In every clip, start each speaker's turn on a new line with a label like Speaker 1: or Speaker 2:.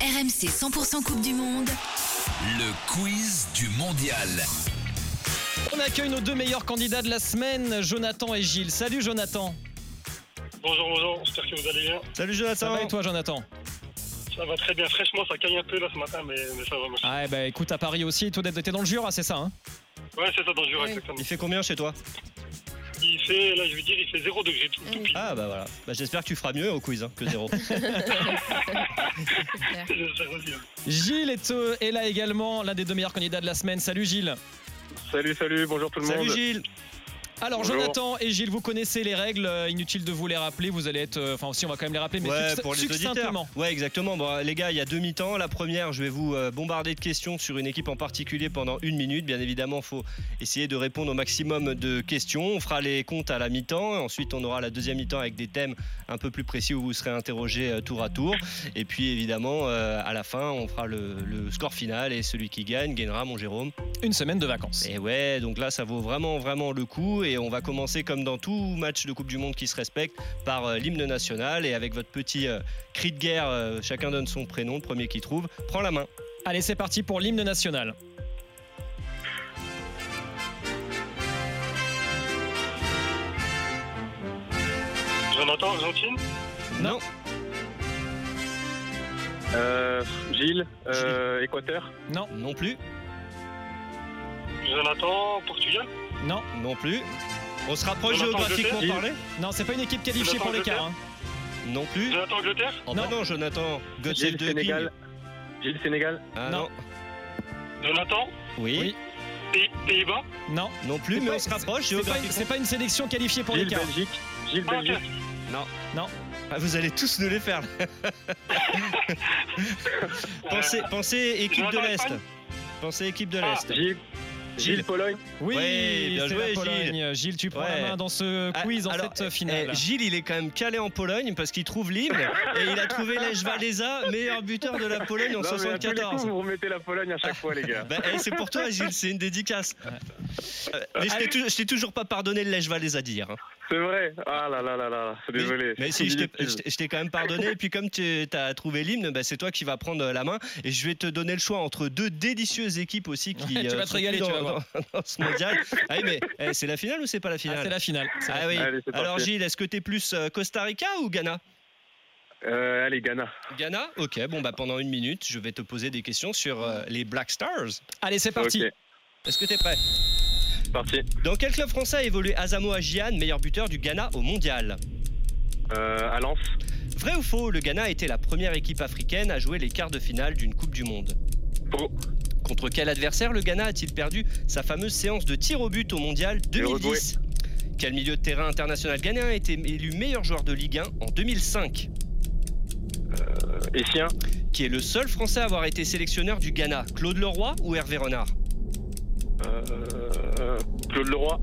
Speaker 1: RMC 100% Coupe du Monde.
Speaker 2: Le quiz du mondial.
Speaker 3: On accueille nos deux meilleurs candidats de la semaine, Jonathan et Gilles. Salut Jonathan.
Speaker 4: Bonjour, bonjour, j'espère que vous allez bien.
Speaker 3: Salut Jonathan. Ça va et toi Jonathan
Speaker 4: Ça va très bien, fraîchement, ça caille un peu là ce matin, mais, mais ça va, merci.
Speaker 3: Ah eh ben écoute, à Paris aussi, toi t'es dans le Jura, c'est ça hein
Speaker 4: Ouais, c'est ça dans le Jura, exactement.
Speaker 5: Il fait combien chez toi
Speaker 4: Il fait, là, je vais dire, il fait 0 degré, tout, tout pile.
Speaker 5: Ah bah voilà. Bah, J'espère que tu feras mieux au quiz hein, que zéro.
Speaker 4: J'espère aussi, hein.
Speaker 3: Gilles est, euh, est là également, l'un des deux meilleurs candidats de la semaine. Salut Gilles.
Speaker 6: Salut, salut, bonjour tout le
Speaker 5: Salut
Speaker 6: monde.
Speaker 5: Gilles.
Speaker 3: Alors
Speaker 6: Bonjour.
Speaker 3: Jonathan et Gilles, vous connaissez les règles, euh, inutile de vous les rappeler, vous allez être... euh, Enfin si on va quand même les rappeler, mais
Speaker 5: Ouais,
Speaker 3: succ-
Speaker 5: pour les auditeurs.
Speaker 3: succinctement.
Speaker 5: Ouais, exactement. Bon, les gars, il y a deux mi-temps. La première, je vais vous euh, bombarder de questions sur une équipe en particulier pendant une minute. Bien évidemment, faut essayer de répondre au maximum de questions. On fera les comptes à la mi-temps. Ensuite, on aura la deuxième mi-temps avec des thèmes un peu plus précis où vous serez interrogés euh, tour à tour. Et puis, évidemment, euh, à la fin, on fera le, le score final et celui qui gagne gagnera mon Jérôme.
Speaker 3: Une semaine de vacances.
Speaker 5: Et Eh ouais, donc là, ça vaut vraiment, vraiment le coup. Et on va commencer, comme dans tout match de Coupe du Monde qui se respecte, par euh, l'hymne national. Et avec votre petit euh, cri de guerre, euh, chacun donne son prénom, le premier qui trouve, prend la main.
Speaker 3: Allez, c'est parti pour l'hymne national.
Speaker 4: Jonathan, Argentine
Speaker 3: Non.
Speaker 6: Euh, Gilles, euh, Équateur,
Speaker 5: Non plus,
Speaker 4: Jonathan, Portugal
Speaker 3: Non,
Speaker 5: non plus. On se rapproche
Speaker 4: Jonathan,
Speaker 5: géographiquement
Speaker 6: Angleterre
Speaker 5: parlé
Speaker 3: non, c'est pas une équipe qualifiée
Speaker 4: Jonathan,
Speaker 3: pour l'écart. hein.
Speaker 5: Non plus.
Speaker 4: Jonathan, Angleterre
Speaker 5: Oh bah non, Jonathan. God save
Speaker 6: Gilles,
Speaker 5: the
Speaker 6: Sénégal. Gilles, Sénégal.
Speaker 5: King. Ah,
Speaker 3: Non.
Speaker 5: non.
Speaker 4: Jonathan,
Speaker 5: Oui.
Speaker 3: Oui.
Speaker 4: Pays- Pays-Bas
Speaker 3: Non,
Speaker 5: Non plus,
Speaker 3: C'est
Speaker 5: mais
Speaker 3: pas-
Speaker 5: on se rapproche
Speaker 3: c'est pas,
Speaker 5: géographiquement.
Speaker 3: c'est pas une sélection qualifiée pour
Speaker 6: Gilles,
Speaker 3: l'écart.
Speaker 6: Belgique. Gilles,
Speaker 4: Ah, ok.
Speaker 6: Belgique.
Speaker 5: Ah, vous allez tous nous les faire. là. pensez, pensez équipe de
Speaker 4: Jonathan,
Speaker 5: l'Est.
Speaker 4: Espagne
Speaker 5: Pensez équipe de
Speaker 4: Ah,
Speaker 5: l'Est.
Speaker 6: Gilles, Gilles, Pologne.
Speaker 3: Oui,
Speaker 5: Ouais, bien
Speaker 3: c'est
Speaker 5: joué,
Speaker 3: la Pologne. Gilles. tu prends
Speaker 5: Ouais.
Speaker 3: la main dans ce
Speaker 5: Ah,
Speaker 3: quiz en
Speaker 5: alors,
Speaker 3: cette euh, finale.
Speaker 5: Eh, Gilles, il est quand même calé en Pologne parce qu'il trouve l'hymne et il a trouvé Lech Walesa, meilleur buteur de la Pologne en
Speaker 6: Non, mais à tous les coups,
Speaker 5: 74.
Speaker 6: vous remettez la Pologne à chaque fois, les gars.
Speaker 5: Bah, eh, c'est pour toi, Gilles, c'est une dédicace. Euh, mais je t'ai tou- je t'ai toujours pas pardonné le Lech Walesa d'hier. hein.
Speaker 6: C'est vrai. Ah là là là là,
Speaker 5: Mais-
Speaker 6: désolé.
Speaker 5: Mais si, je t'ai- je t'ai- je t'ai quand même pardonné. Et puis, comme tu as trouvé l'hymne, bah, c'est toi qui vas prendre la main. Et je vais te donner le choix entre deux délicieuses équipes aussi qui. euh,
Speaker 3: Ouais, tu vas te
Speaker 5: sont
Speaker 3: régaler,
Speaker 5: dans,
Speaker 3: tu vas voir.
Speaker 5: dans ce mondial. Ah oui, mais eh, c'est la finale ou c'est pas la
Speaker 3: Ah, c'est
Speaker 5: finale
Speaker 3: la finale. C'est la
Speaker 5: Ah oui.
Speaker 6: Allez, c'est
Speaker 5: Alors,
Speaker 6: parti.
Speaker 5: Gilles, est-ce que t'es plus euh, Costa Rica ou Ghana
Speaker 6: Euh, allez, Ghana.
Speaker 5: Ghana Ok, bon, bah pendant une minute, je vais te poser des questions sur euh, les Black Stars.
Speaker 3: finale. Allez, c'est parti.
Speaker 6: Ok,
Speaker 5: Est-ce que t'es prêt
Speaker 6: c'est parti.
Speaker 5: Dans quel club français a évolué Azamo Ajian, meilleur buteur du Ghana au mondial
Speaker 6: Euh, à Lens.
Speaker 5: Vrai ou faux, le Ghana était la première équipe africaine à jouer les quarts de finale d'une Coupe du Monde.
Speaker 6: Faux.
Speaker 5: Contre quel adversaire le Ghana a-t-il perdu sa fameuse séance de tir au but au mondial 2010 Quel milieu de terrain international ghanéen a été élu meilleur joueur de Ligue 1 en 2005
Speaker 6: Essien.
Speaker 5: Qui est le seul français à avoir été sélectionneur du Ghana Claude Leroy ou Hervé Renard
Speaker 6: Euh, Claude Leroy.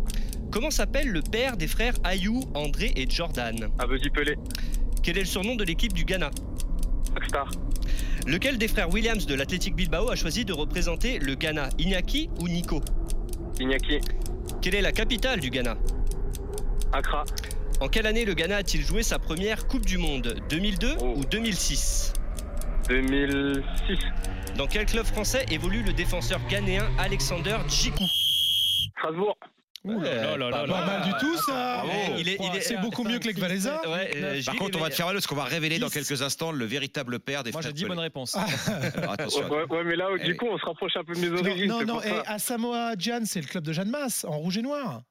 Speaker 5: Comment s'appelle le père des frères Ayou, André et Jordan
Speaker 6: Abedi Pelé.
Speaker 5: Quel est le surnom de l'équipe du Ghana
Speaker 6: Star.
Speaker 5: Lequel des frères Williams de l'Athletic Bilbao a choisi de représenter le Ghana Iñaki ou Nico
Speaker 6: Iñaki.
Speaker 5: Quelle est la capitale du Ghana
Speaker 6: Accra.
Speaker 5: En quelle année le Ghana a-t-il joué sa première Coupe du Monde 2002
Speaker 6: Oh.
Speaker 5: ou 2006
Speaker 6: 2006.
Speaker 5: Dans quel club français évolue le défenseur ghanéen Alexander Djikou
Speaker 6: Strasbourg.
Speaker 3: Ouh là là là là
Speaker 7: Pas
Speaker 8: Ah,
Speaker 3: là.
Speaker 7: mal du tout ça
Speaker 5: Bravo. Il est- il est-
Speaker 7: C'est beaucoup mieux que les Kvaleza
Speaker 5: Ouais, euh, Gilles,
Speaker 8: Par contre, on va te faire mal parce qu'on va révéler dans
Speaker 3: Dix.
Speaker 8: quelques instants le véritable père des
Speaker 3: Moi, j'ai
Speaker 8: frères
Speaker 3: dit
Speaker 8: Pelé.
Speaker 3: bonne
Speaker 5: Ah,
Speaker 3: réponse.
Speaker 8: Alors,
Speaker 6: Ouais,
Speaker 8: attention.
Speaker 6: ouais, mais là,
Speaker 8: Eh
Speaker 6: du coup, on se rapproche un peu de mes origines.
Speaker 7: Non, non,
Speaker 6: c'est
Speaker 7: non,
Speaker 6: pour
Speaker 7: et
Speaker 6: ça.
Speaker 7: à Samoa Jan, c'est le club de Jeanne Masse, en rouge et noir.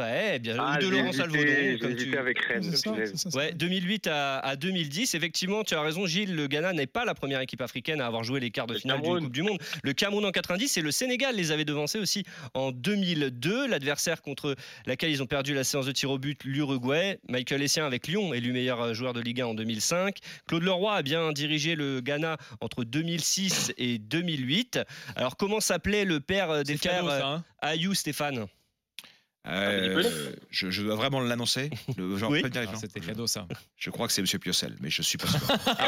Speaker 5: Ouais, bien
Speaker 6: Ah,
Speaker 5: ou de
Speaker 6: j'ai
Speaker 5: Laurent
Speaker 6: hésité,
Speaker 5: Salvaudon,
Speaker 6: J'ai
Speaker 5: comme
Speaker 6: hésité
Speaker 5: tu-
Speaker 6: avec Rennes.
Speaker 7: C'est ça,
Speaker 6: punaise.
Speaker 7: c'est ça, c'est
Speaker 5: Ouais,
Speaker 7: ça.
Speaker 5: 2008 à, à 2010. Effectivement, tu as raison, Gilles. Le Ghana n'est pas la première équipe africaine à avoir joué les quarts de
Speaker 6: Le
Speaker 5: finale d'une
Speaker 6: Cameroun.
Speaker 5: Coupe du Monde. Le Cameroun en 90 et le Sénégal les avaient devancés aussi en 2002. L'adversaire contre laquelle ils ont perdu la séance de tir au but, l'Uruguay. Michael Essien avec Lyon, élu meilleur joueur de Ligue 1 en 2005. Claude Leroy a bien dirigé le Ghana entre 2006 et 2008. Alors, comment s'appelait le père euh, des
Speaker 3: C'est cadeau,
Speaker 5: frères
Speaker 3: ça, hein.
Speaker 5: Ayou Stéphane
Speaker 6: Ah,
Speaker 8: Euh, je, je dois vraiment l'annoncer. Le, genre,
Speaker 5: Oui.
Speaker 8: peut-être
Speaker 3: Ah,
Speaker 8: les gens.
Speaker 7: Ah,
Speaker 9: C'était cadeau
Speaker 3: hein.
Speaker 9: ça.
Speaker 8: Je crois que c'est Monsieur Piocel, mais je suis pas sûr.
Speaker 7: Oh,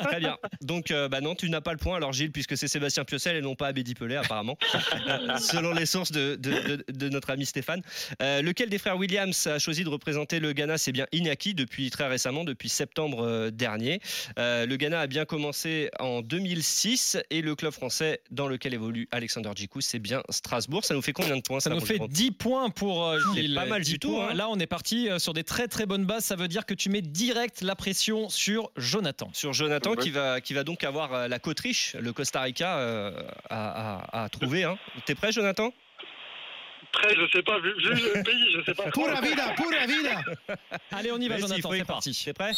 Speaker 5: Très bien. Donc, euh, bah non, tu n'as pas le point. Alors, Gilles, puisque c'est Sébastien Piocel et non pas Abedi Pelé, apparemment, Euh, selon les sources de, de- de- de notre ami Stéphane. Euh, lequel des frères Williams a choisi de représenter le Ghana C'est bien Iñaki, depuis très récemment, depuis septembre euh, dernier. Euh, le Ghana a bien commencé en 2006 et le club français dans lequel évolue Alexander Djikou, c'est bien Strasbourg. Ça nous fait combien de points
Speaker 3: Ça nous
Speaker 5: pour
Speaker 3: fait
Speaker 5: Jérôme
Speaker 3: 10 points pour euh,
Speaker 5: C'est
Speaker 3: Gilles.
Speaker 5: pas mal
Speaker 3: 10
Speaker 5: du tout,
Speaker 3: points.
Speaker 5: hein.
Speaker 3: Là, on est parti euh, sur des très très bonnes bases. Ça veut dire que tu mets direct la pression sur Jonathan.
Speaker 5: sur Jonathan qui va, qui va donc avoir euh, la Cotriche, le Costa Rica euh, à, à- à trouver. hein. T'es prêt Jonathan
Speaker 4: 13, je sais pas, vu, vu le pays, je sais pas.
Speaker 7: Pura vida, pura vida
Speaker 3: Allez, on y va,
Speaker 5: Vas-y,
Speaker 3: Jonathan.
Speaker 5: faut y
Speaker 3: C'est
Speaker 5: croire.
Speaker 3: parti.
Speaker 5: T'es prêt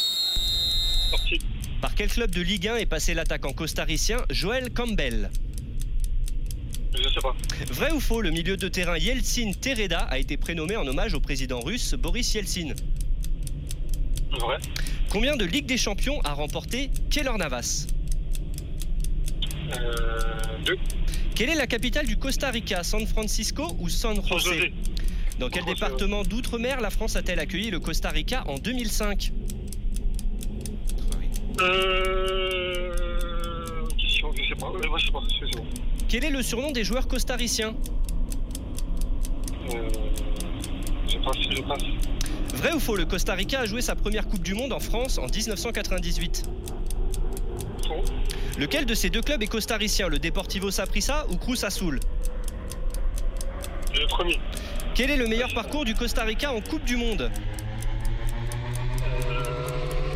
Speaker 4: Parti.
Speaker 5: Par quel club de Ligue 1 est passé l'attaquant costaricien Joel Campbell
Speaker 4: Je sais pas.
Speaker 5: Vrai ou faux, le milieu de terrain Yeltsin Tereda a été prénommé en hommage au président russe Boris Yeltsin.
Speaker 4: Vrai.
Speaker 5: Combien de Ligue des Champions a remporté Keylor Navas
Speaker 4: Euh, deux.
Speaker 5: Quelle est la capitale du Costa Rica, San Francisco ou San
Speaker 4: Sans
Speaker 5: José
Speaker 4: José.
Speaker 5: Dans quel
Speaker 4: San José,
Speaker 5: département d'outre-mer la France a-t-elle accueilli le Costa Rica en 2005
Speaker 4: Euh. Question, je sais pas. Ouais, moi, je sais pas. C'est bon.
Speaker 5: Quel est le surnom des joueurs costariciens
Speaker 4: Euh, je passe, je passe.
Speaker 5: Vrai ou faux, le Costa Rica a joué sa première Coupe du Monde en France en 1998
Speaker 4: Faux.
Speaker 5: Lequel de ces deux clubs est costaricien, le Deportivo Saprissa ou Cruz Azul
Speaker 4: Le premier.
Speaker 5: Quel est le meilleur parcours du Costa Rica en Coupe du Monde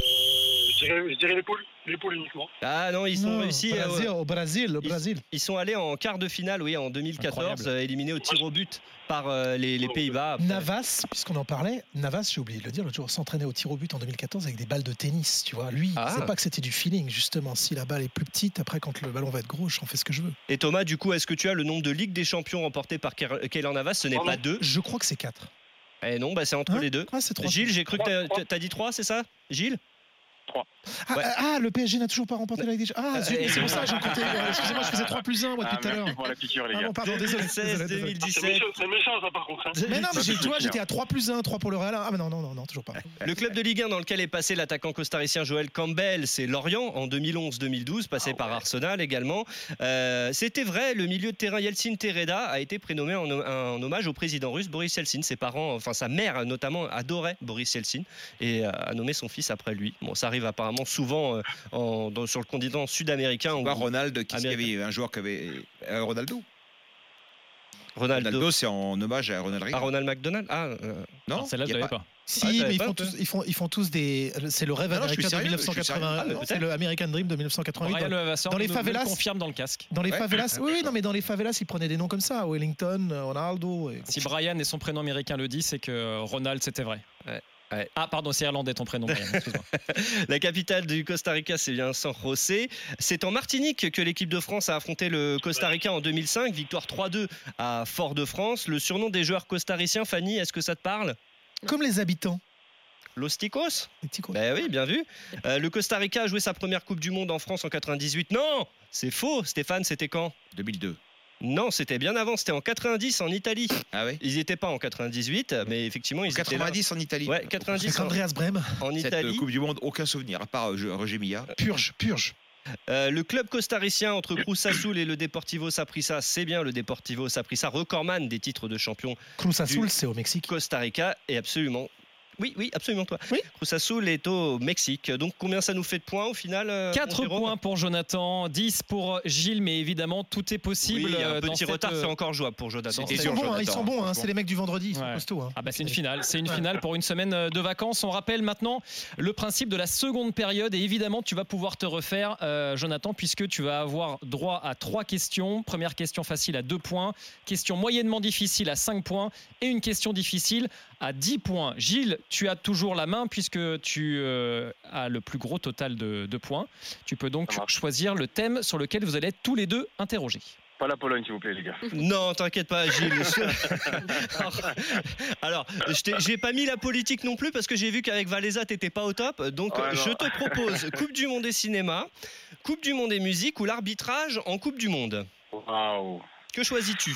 Speaker 4: Je dirais, je dirais les poules. Les poules uniquement.
Speaker 5: Ah non, ils ont
Speaker 7: Non,
Speaker 5: réussi.
Speaker 7: au
Speaker 5: euh,
Speaker 7: Brésil, au Brésil, au
Speaker 5: Ils-
Speaker 7: Brésil.
Speaker 5: ils sont allés en quart de finale, oui, en 2014,
Speaker 3: Incroyable.
Speaker 5: euh, éliminés au tir au but par euh, les, les Pays-Bas. après.
Speaker 7: Navas, puisqu'on en parlait, Navas, j'ai oublié de le dire l'autre jour, s'entraînait au tir au but en 2014 avec des balles de tennis, tu vois. Lui,
Speaker 5: Ah.
Speaker 7: il sait pas que c'était du feeling, justement. Si la balle est plus petite, après, quand le ballon va être gros, j'en fais ce que je veux.
Speaker 5: Et Thomas, du coup, est-ce que tu as le nombre de Ligues des Champions remportées par Ke- Keylor Navas Ce n'est
Speaker 4: Oh
Speaker 5: pas
Speaker 4: non.
Speaker 5: deux.
Speaker 7: Je crois que c'est 4.
Speaker 5: Eh non, bah, c'est entre
Speaker 7: Hein
Speaker 5: les deux.
Speaker 7: Ah, c'est 3.
Speaker 5: Gilles, j'ai cru que t'as- t'as- t'as dit trois, c'est ça Gilles
Speaker 7: Ah,
Speaker 5: ouais.
Speaker 7: ah, ah, le PSG n'a toujours pas remporté la Ligue des Champions. Ah, zut,
Speaker 5: Euh,
Speaker 7: mais c'est
Speaker 5: euh, Ah,
Speaker 7: pour ça, j'ai compté. Euh, Excusez-moi, je faisais 3 plus 1 moi, depuis tout à l'heure.
Speaker 10: pour la piqûre, les
Speaker 7: Ah
Speaker 10: gars.
Speaker 7: non, pardon, désolé.
Speaker 5: 2016,
Speaker 7: désolé, désolé.
Speaker 4: C'est
Speaker 5: 2017.
Speaker 4: méchant, c'est méchant, ça, par contre. hein.
Speaker 7: Mais non, mais j'ai-
Speaker 10: Ça,
Speaker 7: tu vois,
Speaker 10: c'est
Speaker 7: j'étais à 3 plus 1, 3 pour le Real. Ah, mais non, non, non, non toujours pas.
Speaker 5: Le club de Ligue 1 dans lequel est passé l'attaquant costaricien Joel Campbell, c'est Lorient en 2011-2012, passé par Arsenal également. Euh, C'était vrai, le milieu de terrain Yeltsin Tereda a été prénommé en, en hommage au président russe Boris Yeltsin. Ses parents, enfin sa mère notamment, adorait Boris Yeltsin et euh, a nommé son fils après lui. Bon, ça arrive apparemment souvent euh, en- dans- sur le continent sud-américain. où
Speaker 8: Pas Ronald, qui
Speaker 5: Américain.
Speaker 8: avait un joueur qui avait euh, Ronaldo.
Speaker 5: Ronaldo.
Speaker 8: Ronaldo, c'est en hommage à Ronald
Speaker 5: Ah,
Speaker 8: Reagan.
Speaker 5: Ronald McDonald Ah, euh,
Speaker 8: Non,
Speaker 9: Celle-là,
Speaker 8: y
Speaker 9: je
Speaker 8: a
Speaker 9: l'avais
Speaker 8: pas-
Speaker 9: pas.
Speaker 7: Si,
Speaker 5: Ah, t'avais
Speaker 7: mais ils
Speaker 5: pas,
Speaker 7: font,
Speaker 5: toi
Speaker 7: tous, ils, font, ils font tous des. C'est le rêve
Speaker 8: Non, non, je suis
Speaker 7: américain
Speaker 8: sérieux,
Speaker 7: de
Speaker 8: je suis
Speaker 7: 1988.
Speaker 8: sérieux.
Speaker 7: C'est le American Dream de 1988.
Speaker 3: Brian Levasseur
Speaker 7: dans les
Speaker 3: nous- nous le
Speaker 7: favelas-
Speaker 3: confirme dans le casque.
Speaker 7: Dans les
Speaker 8: Ouais.
Speaker 7: favelas, oui, oui, non, mais dans les favelas, ils prenaient des noms comme ça, Wellington, euh, Ronaldo. et-
Speaker 3: Si Brian et son prénom américain le dit, c'est que Ronald, c'était vrai.
Speaker 5: Ouais, ouais.
Speaker 3: Ah, pardon, c'est irlandais ton prénom, Brian. excuse-moi.
Speaker 5: La capitale du Costa Rica, c'est bien San José. C'est en Martinique que l'équipe de France a affronté le Costa Rica en 2005, victoire 3-2 à Fort-de-France. Le surnom des joueurs costariciens, Fanny, est-ce que ça te parle
Speaker 7: Comme les habitants.
Speaker 5: Los Ticos
Speaker 7: Les petits cons.
Speaker 5: Ben oui, bien vu. Euh, le Costa Rica a joué sa première Coupe du Monde en France en 98. Non C'est faux, Stéphane, c'était quand
Speaker 8: 2002.
Speaker 5: Non, c'était bien avant, c'était en 90 en Italie.
Speaker 8: Ah ouais
Speaker 5: Ils n'y étaient pas en 98, mais effectivement, ils étaient là.
Speaker 8: 90 en Italie.
Speaker 5: Ouais, 90
Speaker 7: Avec
Speaker 5: en,
Speaker 7: Andreas Brem.
Speaker 5: en
Speaker 8: Cette euh,
Speaker 5: Italie.
Speaker 8: Coupe du Monde, aucun souvenir, à part euh, je- Roger Milla.
Speaker 7: Purge, purge.
Speaker 5: Euh, le club costaricien entre Cruz Azul et le Deportivo Saprissa, c'est bien le Deportivo Saprissa, recordman des titres de champion
Speaker 7: Cruz Azul,
Speaker 5: Du-
Speaker 7: c'est au Mexique.
Speaker 5: Costa Rica et absolument. Oui, oui, absolument toi.
Speaker 7: Oui.
Speaker 5: Cruz Azul est au Mexique. Donc combien ça nous fait de points au final euh, mon
Speaker 3: 4
Speaker 5: Jérôme
Speaker 3: points pour Jonathan, 10 pour Gilles, mais évidemment, tout est
Speaker 5: Oui,
Speaker 3: possible.
Speaker 5: il y a
Speaker 3: euh,
Speaker 5: un
Speaker 3: dans
Speaker 5: petit
Speaker 3: cette,
Speaker 5: retard,
Speaker 3: euh,
Speaker 5: c'est encore jouable pour Jonathan.
Speaker 7: Ils
Speaker 8: C'était
Speaker 7: sont
Speaker 8: dur,
Speaker 7: bons, hein, ils
Speaker 8: Jonathan,
Speaker 7: sont bons, hein,
Speaker 8: franchement.
Speaker 7: c'est les mecs du vendredi, ils sont
Speaker 3: Ouais.
Speaker 7: costauds. hein.
Speaker 3: Ah bah c'est une finale, c'est une finale pour une semaine euh, de vacances. On rappelle maintenant le principe de la seconde période et évidemment tu vas pouvoir te refaire euh, Jonathan puisque tu vas avoir droit à trois questions. Première question facile à 2 points, question moyennement difficile à 5 points et une question difficile à 10 points. Gilles, tu as toujours la main puisque tu euh, as le plus gros total de, de points. Tu peux donc
Speaker 10: Ça marche.
Speaker 3: choisir le thème sur lequel vous allez être tous les deux interrogés.
Speaker 10: Pas la Pologne, s'il vous plaît, les gars.
Speaker 5: Non, t'inquiète pas, Gilles. Alors, je t'ai- j'ai pas mis la politique non plus parce que j'ai vu qu'avec Valéza, t'étais pas au top. Donc,
Speaker 10: Ouais, non.
Speaker 5: je te propose Coupe du Monde et cinéma, Coupe du Monde et musique ou l'arbitrage en Coupe du Monde.
Speaker 10: Waouh.
Speaker 5: Que choisis-tu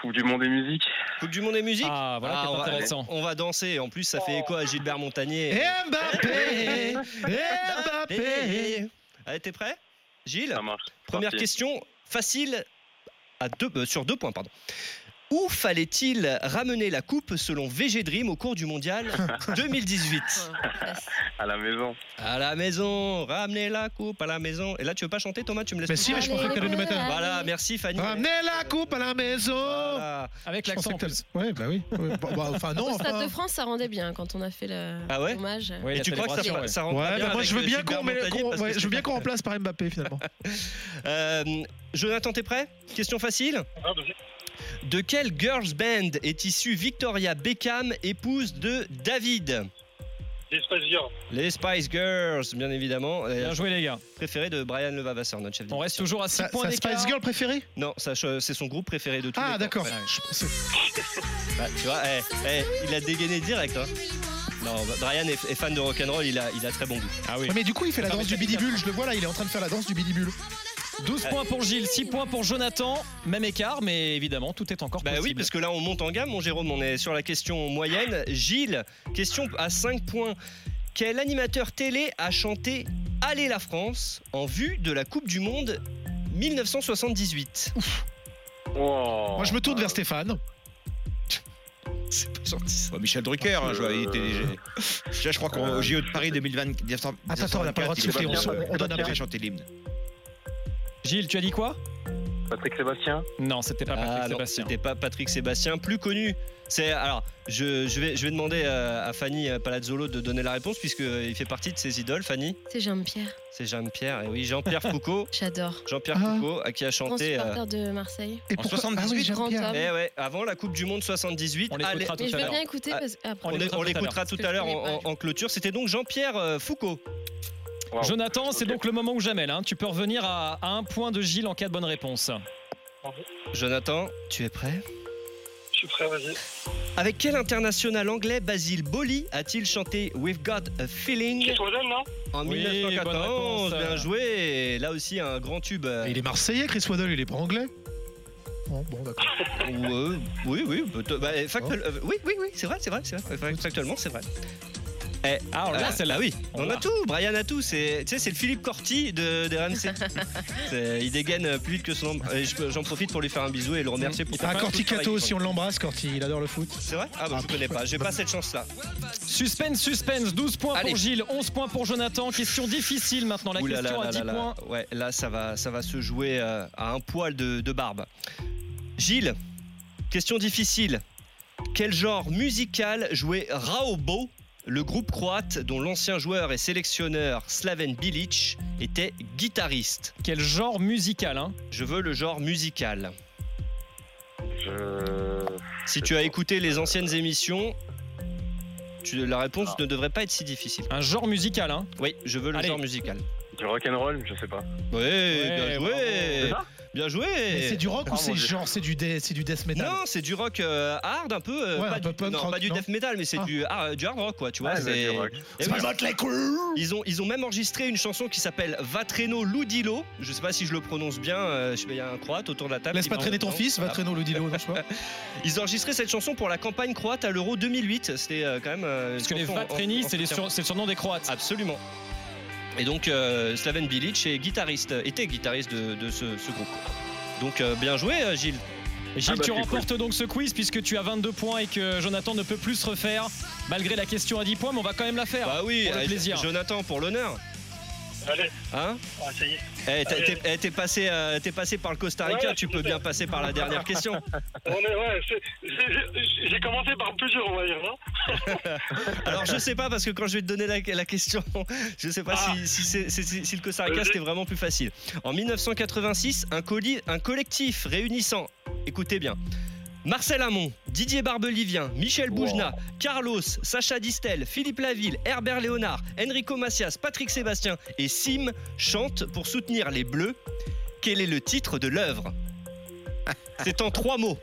Speaker 6: Coupe du monde des musiques.
Speaker 5: Coupe du monde des musiques
Speaker 3: Ah, voilà,
Speaker 5: Ah,
Speaker 3: qui est
Speaker 5: on, va,
Speaker 3: intéressant.
Speaker 5: on va danser. En plus, ça fait écho à Gilbert Montagnier.
Speaker 7: Eh, Mbappé eh,
Speaker 5: Mbappé eh, Allez, t'es prêt Gilles
Speaker 6: Ça marche.
Speaker 5: Première
Speaker 6: Parti.
Speaker 5: question facile à deux, euh, sur deux points. pardon. Où fallait-il ramener la coupe selon VG Dream au cours du mondial 2018
Speaker 6: À la maison.
Speaker 5: À la maison, ramener la coupe à la maison. Et là, tu veux pas chanter, Thomas Tu me laisses
Speaker 7: Mais si, mais je pensais que t'allais nous mettre un.
Speaker 5: Voilà, merci Fanny.
Speaker 7: Ramenez la coupe à la maison
Speaker 5: Voilà.
Speaker 3: Avec
Speaker 7: Je pensais
Speaker 3: l'accent. en
Speaker 7: que
Speaker 3: plus.
Speaker 7: t'allais- Ouais, bah oui. Ouais, bah, bah, enfin, non,
Speaker 9: Au Stade
Speaker 7: enfin.
Speaker 9: de France, ça rendait bien quand on a fait le
Speaker 5: Ah ouais
Speaker 9: hommage.
Speaker 3: Oui,
Speaker 5: Et
Speaker 3: la
Speaker 5: tu crois que ça,
Speaker 3: célébration,
Speaker 5: va-
Speaker 3: ouais.
Speaker 5: ça rentre
Speaker 7: Ouais,
Speaker 5: pas bien
Speaker 7: bah, moi
Speaker 5: Ah, avec
Speaker 7: je veux bien
Speaker 5: Gilbert
Speaker 7: qu'on met-
Speaker 5: Montagnier
Speaker 7: qu'on-
Speaker 5: parce
Speaker 7: ouais,
Speaker 5: que
Speaker 7: je veux bien
Speaker 5: c'est-
Speaker 7: qu'on remplace par Mbappé finalement.
Speaker 5: Euh, Jonathan, t'es prêt Question facile.
Speaker 4: Ah, vas-y.
Speaker 5: De quelle girls band est issue Victoria Beckham, épouse de David
Speaker 4: Des espèces d'hier.
Speaker 5: Les Spice Girls, bien évidemment. Euh,
Speaker 3: Bien joué, les gars.
Speaker 5: préféré de Brian Levavasseur, notre chef
Speaker 3: On reste
Speaker 5: d'émission.
Speaker 3: toujours à 6
Speaker 7: Sa,
Speaker 3: points
Speaker 7: sa
Speaker 3: d'écart.
Speaker 7: Spice Girl préférée
Speaker 5: Non, ça, je- c'est son groupe préféré de tous les
Speaker 7: Ah
Speaker 5: temps.
Speaker 7: d'accord.
Speaker 5: Ouais.
Speaker 7: Je pensais-
Speaker 5: Bah, tu vois, eh, eh, il a dégainé direct. hein. Non, bah, Brian est, est fan de rock'n'roll, il a, il a très bon goût. Ah oui.
Speaker 7: Ouais, Mais du coup il fait la
Speaker 5: Enfin,
Speaker 7: danse du
Speaker 5: mais t'as-
Speaker 7: bidibule. Je le vois là, il est en train de faire la danse du bidibule.
Speaker 3: 12 points pour Gilles, 6 points pour Jonathan. Même écart, mais évidemment, tout est encore
Speaker 5: Bah
Speaker 3: possible.
Speaker 5: oui, parce que là on monte en gamme, mon Jérôme, on est sur la question moyenne. Gilles, question à 5 points. Quel animateur télé a chanté Allez la France en vue de la Coupe du Monde 1978
Speaker 6: Wow.
Speaker 7: Moi je me tourne vers Stéphane.
Speaker 5: C'est pas gentil ça.
Speaker 8: Oh, Michel Drucker, hein, je vois, il était déjà. Déjà, je crois qu'au JO de Paris 2020, 1900
Speaker 7: Attends, attends, on n'a pas le droit
Speaker 8: 1924,
Speaker 7: de
Speaker 8: il est
Speaker 7: souffler,
Speaker 8: pas
Speaker 7: on-
Speaker 8: venu,
Speaker 7: on donne
Speaker 8: il
Speaker 7: après.
Speaker 8: avait chanté l'hymne.
Speaker 3: Gilles, tu as dit quoi
Speaker 6: Patrick Sébastien.
Speaker 3: Non, c'était pas Patrick
Speaker 5: Ah non,
Speaker 3: Sébastien.
Speaker 5: C'était pas Patrick Sébastien, plus connu. C'est alors, je, je vais, je vais demander euh, à Fanny euh, Palazzolo de donner la réponse puisque euh, il fait partie de ses idoles. Fanny,
Speaker 9: C'est Jean-Pierre,
Speaker 5: c'est Jean-Pierre. Et oui, Jean-Pierre Foucault.
Speaker 9: j'adore.
Speaker 5: Jean-Pierre
Speaker 7: Ah.
Speaker 5: Foucault, à qui a
Speaker 9: Grand
Speaker 5: chanté. euh,
Speaker 9: supporter de Marseille.
Speaker 7: Et
Speaker 8: En
Speaker 7: pourquoi- Ah oui,
Speaker 8: 78,
Speaker 7: j'aime
Speaker 9: grand
Speaker 7: bien.
Speaker 9: homme.
Speaker 5: eh ouais, avant la Coupe du Monde 78.
Speaker 3: On
Speaker 5: allez-
Speaker 3: l'écoutera tout
Speaker 9: Mais je
Speaker 3: à
Speaker 9: veux
Speaker 3: l'heure.
Speaker 9: bien écouter
Speaker 5: Ah,
Speaker 9: parce que ah, après,
Speaker 5: on
Speaker 3: l'écoutera
Speaker 5: est- on
Speaker 3: tout à
Speaker 5: l'écoutera tout à l'heure
Speaker 9: Parce que je
Speaker 5: en,
Speaker 9: connais pas,
Speaker 5: en- en clôture. C'était donc Jean-Pierre euh, Foucault.
Speaker 6: Wow.
Speaker 3: Jonathan, c'est
Speaker 6: Ok.
Speaker 3: donc le moment où jamais. là, hein. Tu peux revenir à, à un point de Gilles en cas de bonne réponse.
Speaker 5: Jonathan, tu es prêt
Speaker 4: Je suis prêt, vas-y.
Speaker 5: Avec quel international anglais Basile Boli a-t-il chanté We've Got a Feeling
Speaker 4: C'est toi, jeune, non
Speaker 5: en
Speaker 3: Oui, bonne
Speaker 5: 1914
Speaker 3: réponse.
Speaker 5: Bien joué. Là aussi un grand tube. euh,
Speaker 7: Mais Il est marseillais, Chris Waddle, il est pas anglais. Bon, bon d'accord.
Speaker 5: Ouais, euh, oui, oui, peut- bah, eh, factuel- euh, oui, oui, oui, c'est vrai, c'est vrai, c'est vrai. Fac- Factuellement, c'est vrai. Eh,
Speaker 3: Ah, on l'a,
Speaker 5: euh,
Speaker 3: celle-là.
Speaker 5: ah oui,
Speaker 3: On
Speaker 5: on,
Speaker 3: l'a.
Speaker 5: a tout, Brian a tout. C'est, tu sais, c'est le Philippe Corti de, des RMC. C'est- il dégaine euh, plus vite que son ombre. Et je peux- J'en profite pour lui faire un bisou et le remercier pour
Speaker 7: Ah,
Speaker 5: tout
Speaker 7: Corti
Speaker 5: le travail
Speaker 7: Cato
Speaker 5: qu'il
Speaker 7: aussi, on l'embrasse, Corti, il adore le foot.
Speaker 5: fait. C'est vrai Ah, bah, je connais pas, j'ai pas cette chance-là.
Speaker 3: Suspense, suspense. 12 points
Speaker 5: Allez.
Speaker 3: pour Gilles, 11 points pour Jonathan. Question difficile maintenant. La
Speaker 5: Ouh là là
Speaker 3: question
Speaker 5: là
Speaker 3: à 10
Speaker 5: là là.
Speaker 3: points.
Speaker 5: Ouais, là, ça va, ça va se jouer euh, à un poil de, de barbe. Gilles, question difficile. Quel genre musical jouait Raobo, le groupe croate dont l'ancien joueur et sélectionneur Slaven Bilic était guitariste
Speaker 3: Quel genre musical hein
Speaker 5: Je veux le genre musical.
Speaker 6: Je.
Speaker 5: Si tu as écouté les anciennes émissions, tu- la réponse ne devrait pas être si difficile.
Speaker 3: Un genre musical. Hein
Speaker 5: Oui, je veux le
Speaker 3: Allez.
Speaker 5: genre musical.
Speaker 6: Du rock'n'roll, je sais pas.
Speaker 5: Oui, bien joué
Speaker 6: bravo.
Speaker 5: Bien joué
Speaker 7: Mais c'est du rock ou
Speaker 6: Ah,
Speaker 7: c'est
Speaker 6: mon Dieu.
Speaker 7: genre, c'est du, death- c'est du death metal
Speaker 5: Non, c'est du rock euh, hard un peu. euh,
Speaker 7: Ouais,
Speaker 5: pas,
Speaker 7: un peu
Speaker 5: du,
Speaker 7: punk
Speaker 5: non,
Speaker 7: rock,
Speaker 5: pas du
Speaker 7: non
Speaker 5: death metal, mais c'est du, ah, du hard rock, quoi. Tu vois,
Speaker 6: Ouais,
Speaker 5: c'est-
Speaker 6: du rock.
Speaker 5: Eh oui. ils, ont, ils ont même enregistré une chanson qui s'appelle Vatreno Ludilo. Je sais pas si je le prononce bien. euh, je sais pas, il y a un croate autour de la table.
Speaker 7: Laisse
Speaker 5: qui
Speaker 7: pas
Speaker 5: parle
Speaker 7: traîner ton
Speaker 5: dedans.
Speaker 7: fils, va
Speaker 5: Ah.
Speaker 7: traîner au Ludilo, non, je sais pas.
Speaker 5: Ils ont enregistré cette chanson pour la campagne croate à l'Euro 2008. C'était euh, quand même. euh, une
Speaker 3: Parce que les
Speaker 5: chanson en-
Speaker 3: Vatreni,
Speaker 5: en-
Speaker 3: c'est les sur- c'est le surnom des Croates.
Speaker 5: Absolument. Et donc, euh, Slaven Bilic est guitariste, était guitariste de, de ce, ce groupe. Donc, euh, bien joué, euh, Gilles.
Speaker 3: Gilles,
Speaker 6: Ah bah,
Speaker 3: tu
Speaker 6: c'est cool.
Speaker 3: remportes donc ce quiz puisque tu as 22 points et que Jonathan ne peut plus se refaire malgré la question à 10 points, mais on va quand même la faire.
Speaker 5: Bah oui,
Speaker 3: pour le
Speaker 5: euh,
Speaker 3: plaisir.
Speaker 5: Jonathan, pour l'honneur.
Speaker 4: Allez,
Speaker 5: Hein
Speaker 4: ah, ça y est.
Speaker 5: Eh, t'as-
Speaker 4: Ouais.
Speaker 5: t'es eh, t'es passé, euh, t'es passé par le Costa Rica,
Speaker 4: Ouais,
Speaker 5: tu peux
Speaker 4: tout à
Speaker 5: bien passer par la dernière question.
Speaker 4: On est, ouais, c'est- j'ai- j'ai- j'ai commencé par plus dur, on va dire, hein. non
Speaker 5: Alors je sais pas parce que quand je vais te donner la, la question, je sais pas
Speaker 4: Ah.
Speaker 5: si, si, c'est- c'est- si- si le Costa Rica
Speaker 4: Euh,
Speaker 5: c'était vraiment plus facile. En 1986, un, colli- un collectif réunissant, écoutez bien, Marcel Hamon, Didier Barbelivien, Michel Boujna, Carlos, Sacha Distel, Philippe Laville, Herbert Léonard, Enrico Macias, Patrick Sébastien et Sim chantent pour soutenir les Bleus. Quel est le titre de l'œuvre C'est en trois mots.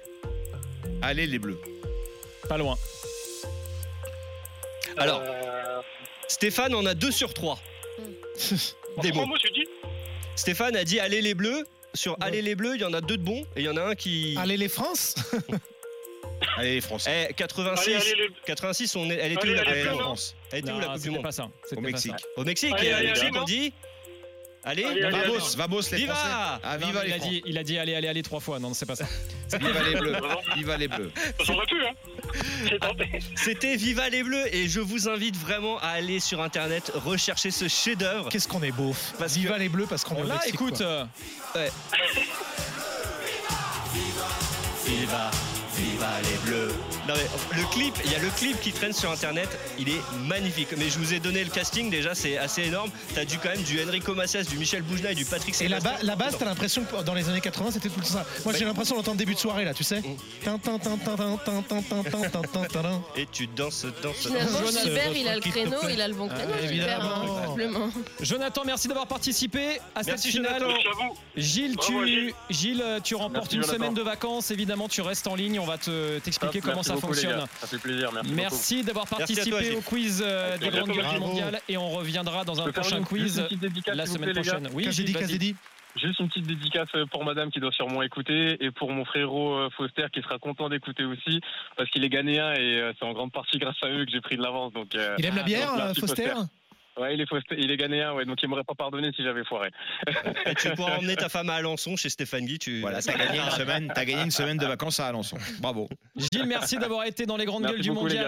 Speaker 8: Allez, les Bleus.
Speaker 3: Pas loin.
Speaker 5: Alors,
Speaker 4: Euh,
Speaker 5: Stéphane en a deux sur trois.
Speaker 4: en
Speaker 5: Des
Speaker 4: trois
Speaker 5: mots.
Speaker 4: mots, tu dis
Speaker 5: Stéphane a dit allez les bleus sur Allez les Bleus, il y en a deux de bons et il y en a un qui.
Speaker 7: Allez les France
Speaker 8: Allez, les Français.
Speaker 7: Ah,
Speaker 5: Eh, 86,
Speaker 4: Allez, allez, les-
Speaker 5: 86 on est- elle était
Speaker 4: Allez,
Speaker 5: où
Speaker 4: allez,
Speaker 5: la Coupe du
Speaker 4: les
Speaker 5: Monde
Speaker 4: Bleus.
Speaker 8: France.
Speaker 5: Elle était où
Speaker 3: Non,
Speaker 5: la Coupe du
Speaker 3: c'était
Speaker 5: Monde
Speaker 3: pas ça. C'était
Speaker 8: Au
Speaker 3: pas
Speaker 8: Mexique.
Speaker 3: ça.
Speaker 5: Au Mexique,
Speaker 4: Allez,
Speaker 5: et
Speaker 4: allez,
Speaker 5: l'équipe,
Speaker 4: allez,
Speaker 5: on dit. Allez,
Speaker 4: Allez, allez,
Speaker 8: Vamos,
Speaker 4: allez.
Speaker 8: vamos les
Speaker 5: Viva
Speaker 8: Français. Ah,
Speaker 3: Non,
Speaker 8: viva
Speaker 3: il,
Speaker 8: les
Speaker 3: a
Speaker 8: Français.
Speaker 3: dit, il a dit allez, allez, allez trois fois. Non, c'est pas ça.
Speaker 8: Viva les Bleus. Viva les Bleus.
Speaker 4: Ça va plus, hein J'ai tenté.
Speaker 5: c'était Viva les Bleus et je vous invite vraiment à aller sur internet rechercher ce chef-d'œuvre.
Speaker 7: Qu'est-ce qu'on est beau
Speaker 5: Parce
Speaker 7: Viva les bleus parce qu'on est au
Speaker 3: Là,
Speaker 7: Mexique,
Speaker 3: écoute.
Speaker 7: quoi.
Speaker 3: euh,
Speaker 5: Viva, viva les bleus. Non mais le clip, il y a le clip qui traîne sur internet, il est magnifique. Mais je vous ai donné le casting déjà, c'est assez énorme. T'as du quand même du Enrico Macias, du Michel Boujna et du Patrick
Speaker 7: Et la,
Speaker 5: Sébastien.
Speaker 7: ba- la base, t'as l'impression que dans les années 80, c'était tout ça. Moi, j'ai l'impression d'entendre début de soirée, là, tu sais. Tin, tin, tin, tin, tin, tin, tin, tin, tin, tin, tin, tin, tin.
Speaker 5: Et tu danses, danses.
Speaker 9: Finalement,
Speaker 3: Jonas,
Speaker 9: Gilbert, il a le
Speaker 7: retraite,
Speaker 9: créneau,
Speaker 7: s'il te
Speaker 9: il a le bon créneau,
Speaker 7: Ah,
Speaker 9: Gilbert, hein,
Speaker 7: évidemment.
Speaker 9: simplement.
Speaker 3: Jonathan, merci d'avoir participé à cette
Speaker 5: Merci,
Speaker 3: finale.
Speaker 5: Jonathan.
Speaker 4: Merci à vous.
Speaker 3: Gilles,
Speaker 4: Bravo,
Speaker 3: tu,
Speaker 4: Gilles.
Speaker 3: Gilles, euh, tu remportes
Speaker 6: Merci,
Speaker 3: une
Speaker 6: Jonathan.
Speaker 3: semaine de vacances. Évidemment, tu restes en ligne. On va te- t'expliquer
Speaker 6: Top,
Speaker 3: comment
Speaker 6: merci
Speaker 3: ça
Speaker 6: beaucoup, les
Speaker 3: fonctionne.
Speaker 6: gars. Ça fait plaisir, merci. beaucoup.
Speaker 3: Merci d'avoir
Speaker 5: Merci à
Speaker 3: participé
Speaker 5: toi, Gilles.
Speaker 3: au quiz euh,
Speaker 6: Avec
Speaker 3: des
Speaker 6: plaisir.
Speaker 3: grandes gueules du
Speaker 7: Bravo.
Speaker 3: mondial et on reviendra dans
Speaker 6: Je
Speaker 3: un
Speaker 6: peux faire
Speaker 3: prochain
Speaker 6: une- juste
Speaker 3: quiz
Speaker 6: une petite dédicace,
Speaker 3: la
Speaker 6: s'il vous
Speaker 3: semaine
Speaker 6: plaît, les gars
Speaker 3: prochaine. Oui,
Speaker 7: Casse
Speaker 3: Gilles,
Speaker 7: dédi, casse
Speaker 3: vas-y.
Speaker 7: dédi.
Speaker 6: Juste une petite dédicace pour madame qui doit sûrement écouter et pour mon frérot euh, Foster qui sera content d'écouter aussi parce qu'il est ghanéen et euh, c'est en grande partie grâce à eux que j'ai pris de l'avance. Donc, euh,
Speaker 7: Il aime la bière,
Speaker 6: donc,
Speaker 7: euh,
Speaker 6: merci,
Speaker 7: Foster
Speaker 6: ouais, il est, Foster- il est ghanéen, ouais, donc il m'aurait pas pardonné si j'avais foiré.
Speaker 5: Et tu pourras emmener ta femme à Alençon chez Stéphane Guy. Tu...
Speaker 8: Voilà, t'as gagné une semaine, t'as gagné une semaine de vacances à Alençon. Bravo.
Speaker 3: Gilles, merci d'avoir été dans les grandes
Speaker 6: Merci
Speaker 3: gueules du
Speaker 6: beaucoup, les
Speaker 3: mondial.